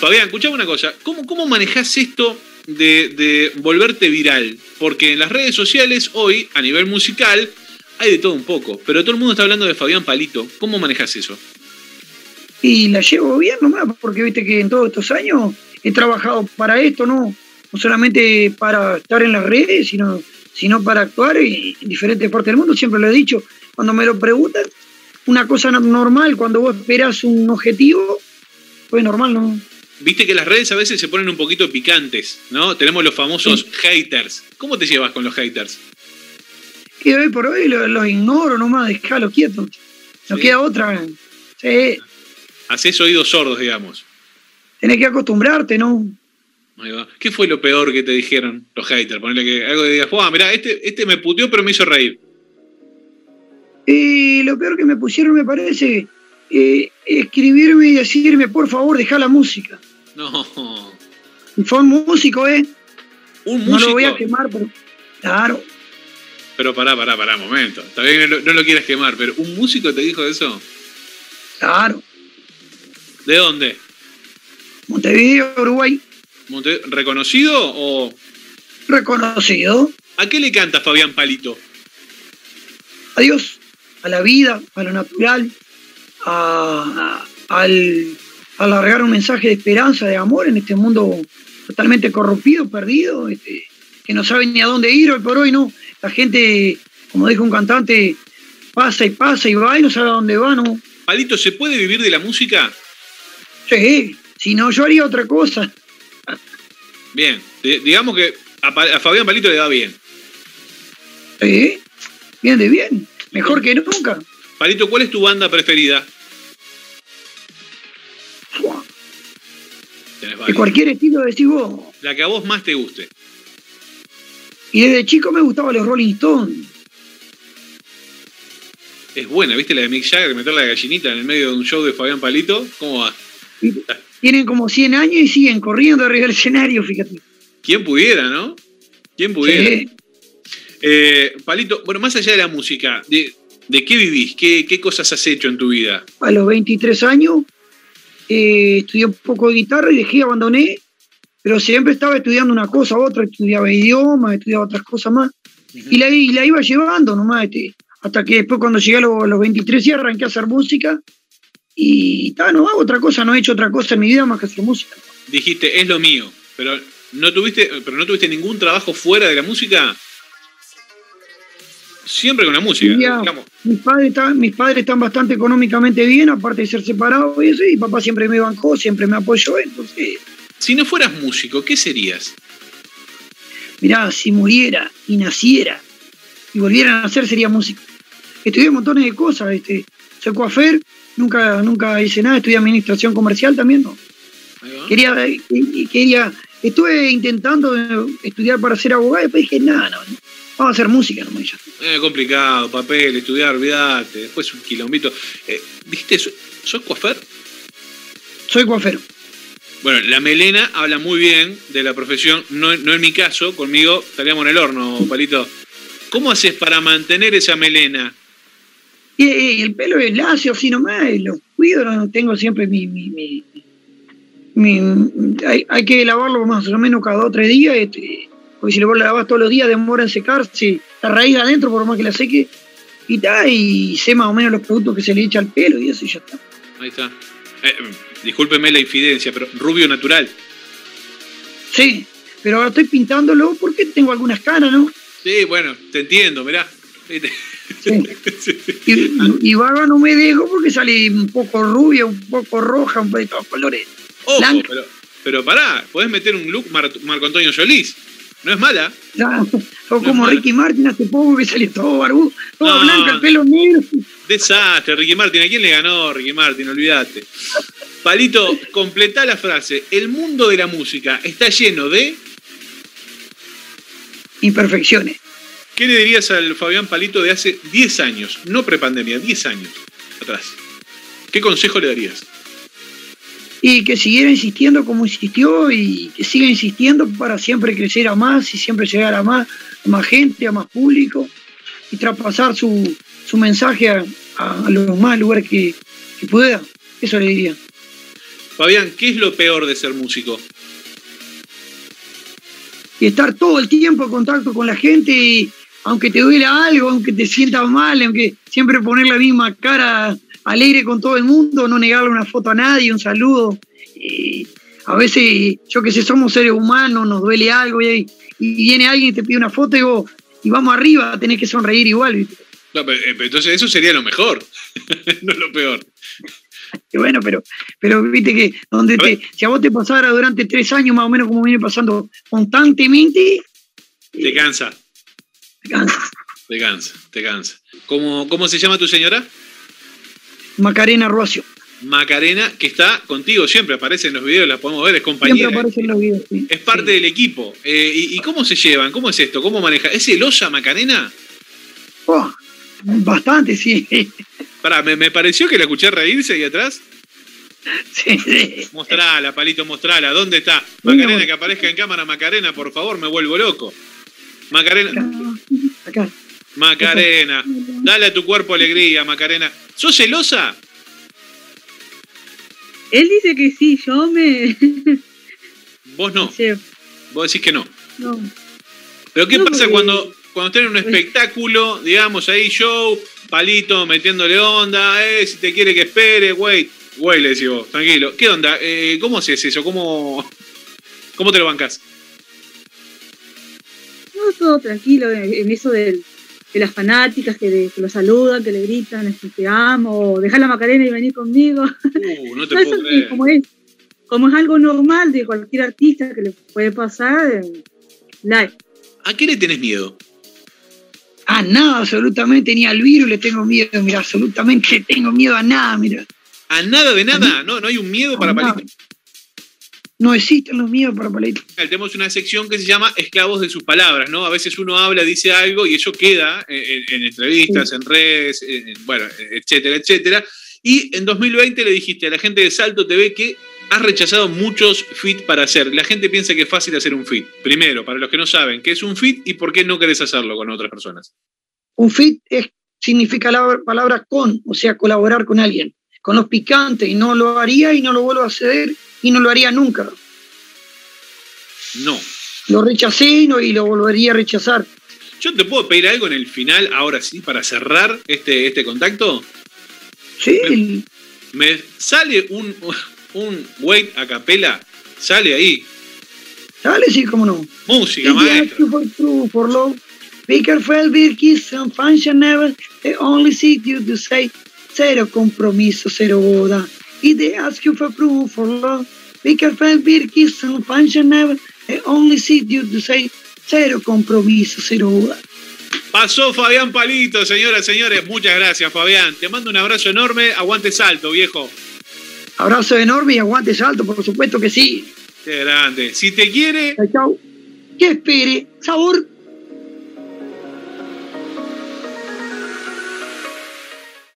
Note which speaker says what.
Speaker 1: Fabián, escuchame una cosa. ¿Cómo, cómo manejás esto de, de volverte viral? Porque en las redes sociales hoy, a nivel musical, hay de todo un poco. Pero todo el mundo está hablando de Fabián Palito. ¿Cómo manejas eso?
Speaker 2: Y la llevo bien nomás, porque viste que en todos estos años he trabajado para esto, ¿no? No solamente para estar en las redes, sino, sino para actuar en diferentes partes del mundo. Siempre lo he dicho. Cuando me lo preguntan, una cosa normal, cuando vos esperás un objetivo, pues normal, ¿no?
Speaker 1: Viste que las redes a veces se ponen un poquito picantes, ¿no? Tenemos los famosos sí. haters. ¿Cómo te llevas con los haters?
Speaker 2: que hoy por hoy los, los ignoro nomás, dejarlos quietos. No sí. queda otra. Sí.
Speaker 1: Haces oídos sordos, digamos.
Speaker 2: Tenés que acostumbrarte, ¿no?
Speaker 1: ¿Qué fue lo peor que te dijeron los haters? Ponerle que algo que digas, ¡ah, mirá, este, este me puteó pero me hizo reír!
Speaker 2: Y lo peor que me pusieron, me parece, eh, escribirme y decirme, por favor, deja la música.
Speaker 1: No.
Speaker 2: Y fue un músico, ¿eh?
Speaker 1: Un músico. No
Speaker 2: lo voy a quemar, pero. Claro.
Speaker 1: Pero pará, pará, pará, momento. También no, no, lo quieras quemar, pero ¿un músico te dijo eso?
Speaker 2: Claro.
Speaker 1: ¿De dónde?
Speaker 2: Montevideo, Uruguay.
Speaker 1: Montevideo. ¿Reconocido o.?
Speaker 2: Reconocido.
Speaker 1: ¿A qué le canta Fabián Palito?
Speaker 2: A Dios, a la vida, a lo natural, a, a, al alargar un mensaje de esperanza, de amor en este mundo totalmente corrompido, perdido, este, que no saben ni a dónde ir hoy por hoy, ¿no? la gente, como dijo un cantante, pasa y pasa y va y no sabe a dónde va, ¿no?
Speaker 1: Palito, ¿se puede vivir de la música?
Speaker 2: Sí, eh, si no yo haría otra cosa.
Speaker 1: Bien, digamos que a, Fabián Palito le va bien.
Speaker 2: Sí, eh, bien de bien, mejor que nunca.
Speaker 1: Palito, ¿cuál es tu banda preferida?
Speaker 2: De cualquier estilo decís vos.
Speaker 1: La que a vos más te guste.
Speaker 2: Y desde chico me gustaban los Rolling Stones.
Speaker 1: Es buena, ¿viste la de Mick Jagger? Meter la gallinita en el medio de un show de Fabián Palito. ¿Cómo va?
Speaker 2: Tienen como 100 años y siguen corriendo arriba del escenario, fíjate.
Speaker 1: ¿Quién pudiera, no? ¿Quién pudiera? Sí. Eh, Palito, bueno, más allá de la música, ¿de, de qué vivís? ¿Qué, ¿Qué, cosas has hecho en tu vida?
Speaker 2: A los 23 años eh, estudié un poco de guitarra y dejé, abandoné pero siempre estaba estudiando una cosa u otra, estudiaba idiomas, estudiaba otras cosas más, uh -huh. y, la, y, la, iba llevando nomás, este, hasta que después cuando llegué a los, los 23 y arranqué a hacer música, y ta, no hago otra cosa, no he hecho otra cosa en mi vida más que hacer música.
Speaker 1: Dijiste, es lo mío, pero no tuviste, pero no tuviste ningún trabajo fuera de la música. Siempre con la música.
Speaker 2: Ya, mis, padres está, mis padres están bastante económicamente bien, aparte de ser separados y eso, y papá siempre me bancó, siempre me apoyó, entonces
Speaker 1: si no fueras músico, ¿qué serías?
Speaker 2: Mirá, si muriera y naciera y volviera a nacer, sería músico. Estudié montones de cosas. Este, soy coafer, nunca, nunca hice nada. Estudié administración comercial también, ¿no? Quería, eh, quería, estuve intentando eh, estudiar para ser abogado y después dije, nada, no, no, vamos a hacer música nomás. Ya.
Speaker 1: Eh, complicado, papel, estudiar, olvidate, después un quilombito. Eh, ¿Dijiste, sos coafer?
Speaker 2: Soy coafero.
Speaker 1: Bueno, la melena habla muy bien de la profesión, no, no, en mi caso, conmigo estaríamos en el horno, Palito. ¿Cómo haces para mantener esa melena?
Speaker 2: Y, y el pelo es lacio, así nomás, lo cuido, no tengo siempre mi... mi, mi, mi hay, hay, que lavarlo más o menos cada dos o tres días, este, porque si lo lavas todos los días demora en secarse, la raíz de adentro por más que la seque, y está, y sé más o menos los productos que se le echa al pelo y eso y ya está.
Speaker 1: Ahí está. Eh, discúlpeme la infidencia, pero rubio natural.
Speaker 2: Sí, pero ahora estoy pintándolo porque tengo algunas canas, ¿no?
Speaker 1: Sí, bueno, te entiendo, mirá.
Speaker 2: Sí. sí. Y, y, barba no me dejo porque sale un poco rubia, un poco roja, un poco de todos colores.
Speaker 1: Ojo, Blanca. pero, pero pará, podés meter un look Mar Marco Antonio Solís. No es mala.
Speaker 2: Nah, o no como Ricky Martin hace poco que salió todo barbudo, toda no, blanca, el pelo negro.
Speaker 1: Desastre, Ricky Martin. ¿A quién le ganó Ricky Martin? Olvídate. Palito, completá la frase. El mundo de la música está lleno de.
Speaker 2: imperfecciones.
Speaker 1: ¿Qué le dirías al Fabián Palito de hace 10 años? No prepandemia, 10 años atrás. ¿Qué consejo le darías?
Speaker 2: y que siguiera insistiendo como insistió y que siga insistiendo para siempre crecer a más y siempre llegar a más, a más gente, a más público y traspasar su, su mensaje a, a, los más lugares que, que pueda. Eso le diría.
Speaker 1: Fabián, ¿qué es lo peor de ser músico?
Speaker 2: Y estar todo el tiempo en contacto con la gente y aunque te duela algo, aunque te sientas mal, aunque siempre poner la misma cara alegre con todo el mundo, no negarle una foto a nadie, un saludo. Eh, a veces, yo que sé, somos seres humanos, nos duele algo y, y viene alguien y te pide una foto y vos, y vamos arriba, tenés que sonreír igual. ¿viste?
Speaker 1: No, pero, eh, pero entonces eso sería lo mejor, no lo peor.
Speaker 2: Y bueno, pero, pero viste que donde
Speaker 1: A ver.
Speaker 2: te, si a vos te pasara durante tres años más o menos como viene pasando constantemente, eh,
Speaker 1: Te cansa,
Speaker 2: te cansas.
Speaker 1: te cansa, te cansa. ¿Cómo, cómo se llama tu señora?
Speaker 2: Macarena Roacio.
Speaker 1: Macarena, que está contigo siempre, aparece en los videos, la podemos ver, es
Speaker 2: Siempre
Speaker 1: compañera.
Speaker 2: aparecen los videos. sí.
Speaker 1: Es parte del equipo. Eh, y, y cómo se llevan? ¿Cómo es esto? ¿Cómo maneja? ¿Es celosa Macarena?
Speaker 2: Oh, bastante, sí.
Speaker 1: Pará, me, me pareció que la escuché reírse ahí atrás.
Speaker 2: Sí, sí.
Speaker 1: Mostrala, Palito, mostrala. ¿Dónde está?
Speaker 2: Venga,
Speaker 1: Macarena,
Speaker 2: vos.
Speaker 1: que aparezca en cámara, Macarena, por favor, me vuelvo loco. Macarena,
Speaker 2: Acá.
Speaker 1: Macarena, dale a tu cuerpo alegría, Macarena. ¿Sos celosa?
Speaker 3: Él dice que sí, yo me
Speaker 1: Vos no,
Speaker 3: llevo.
Speaker 1: vos decís que no.
Speaker 3: No.
Speaker 1: Pero ¿qué
Speaker 3: No,
Speaker 1: pasa
Speaker 3: porque-
Speaker 1: cuando, cuando están en un espectáculo, digamos, ahí show, palito metiéndole onda, eh, si te quiere que espere, güey, güey, le decís vos, tranquilo. ¿Qué onda? Eh, ¿Cómo haces eso? ¿Cómo, ¿Cómo te lo bancas?
Speaker 3: No, todo tranquilo en en eso del- de las fanáticas que, de- que lo saludan, que le gritan, este, te amo, dejar la Macarena y venir conmigo.
Speaker 1: Uh, no te
Speaker 3: No, eso
Speaker 1: puedo
Speaker 3: sí,
Speaker 1: creer.
Speaker 3: como, es, como es algo normal de cualquier artista que le puede pasar, eh, like.
Speaker 1: ¿A qué le tenés miedo?
Speaker 2: A nada, absolutamente, ni al virus le tengo miedo, mira, absolutamente le tengo miedo a nada, mira.
Speaker 1: ¿A nada de nada? ¿No, no hay un miedo para
Speaker 2: A nada.
Speaker 1: Palito?
Speaker 2: No existen los miedos para Palito.
Speaker 1: Tenemos una sección que se llama Esclavos de sus palabras, ¿no? A veces uno habla, dice algo y eso queda eh, en, en- en entrevistas, en redes, en- en- bueno, etcétera, etcétera. Y en 2020 le dijiste a la gente de Salto TV que has rechazado muchos fit para hacer. La gente piensa que es fácil hacer un fit. Primero, para los que no saben, ¿qué es un fit y por qué no querés hacerlo con otras personas?
Speaker 2: Un fit es, significa la palabra con, o sea, colaborar con alguien, con los picantes, y no lo haría y no lo vuelvo a hacer y no lo haría nunca.
Speaker 1: No.
Speaker 2: Lo rechacé y, no- y lo volvería a rechazar.
Speaker 1: Yo te puedo pedir algo en el final, ahora sí, para cerrar este, este contacto.
Speaker 2: Sí,
Speaker 1: Me-
Speaker 2: el-
Speaker 1: Me sale un, un wait a capela, sale ahí.
Speaker 2: dale, sí, cómo no.
Speaker 1: Música,
Speaker 2: If you ask
Speaker 1: maestro.
Speaker 2: you for true, for love, Baker fell, Birkis, and never, they only seek you to say, cero compromiso, cero boda. If they ask you for proof, for love, Baker fell, Birkis, and never, they only seek you to say, cero compromiso, cero boda.
Speaker 1: Pasó Fabián Palito, señoras, señores. Muchas gracias, Fabián. Te mando un abrazo enorme. Aguante salto, viejo.
Speaker 2: Abrazo enorme y aguante salto, por supuesto que sí.
Speaker 1: Qué grande. Si te quiere,
Speaker 2: Chao, chao. Que espere, sabor.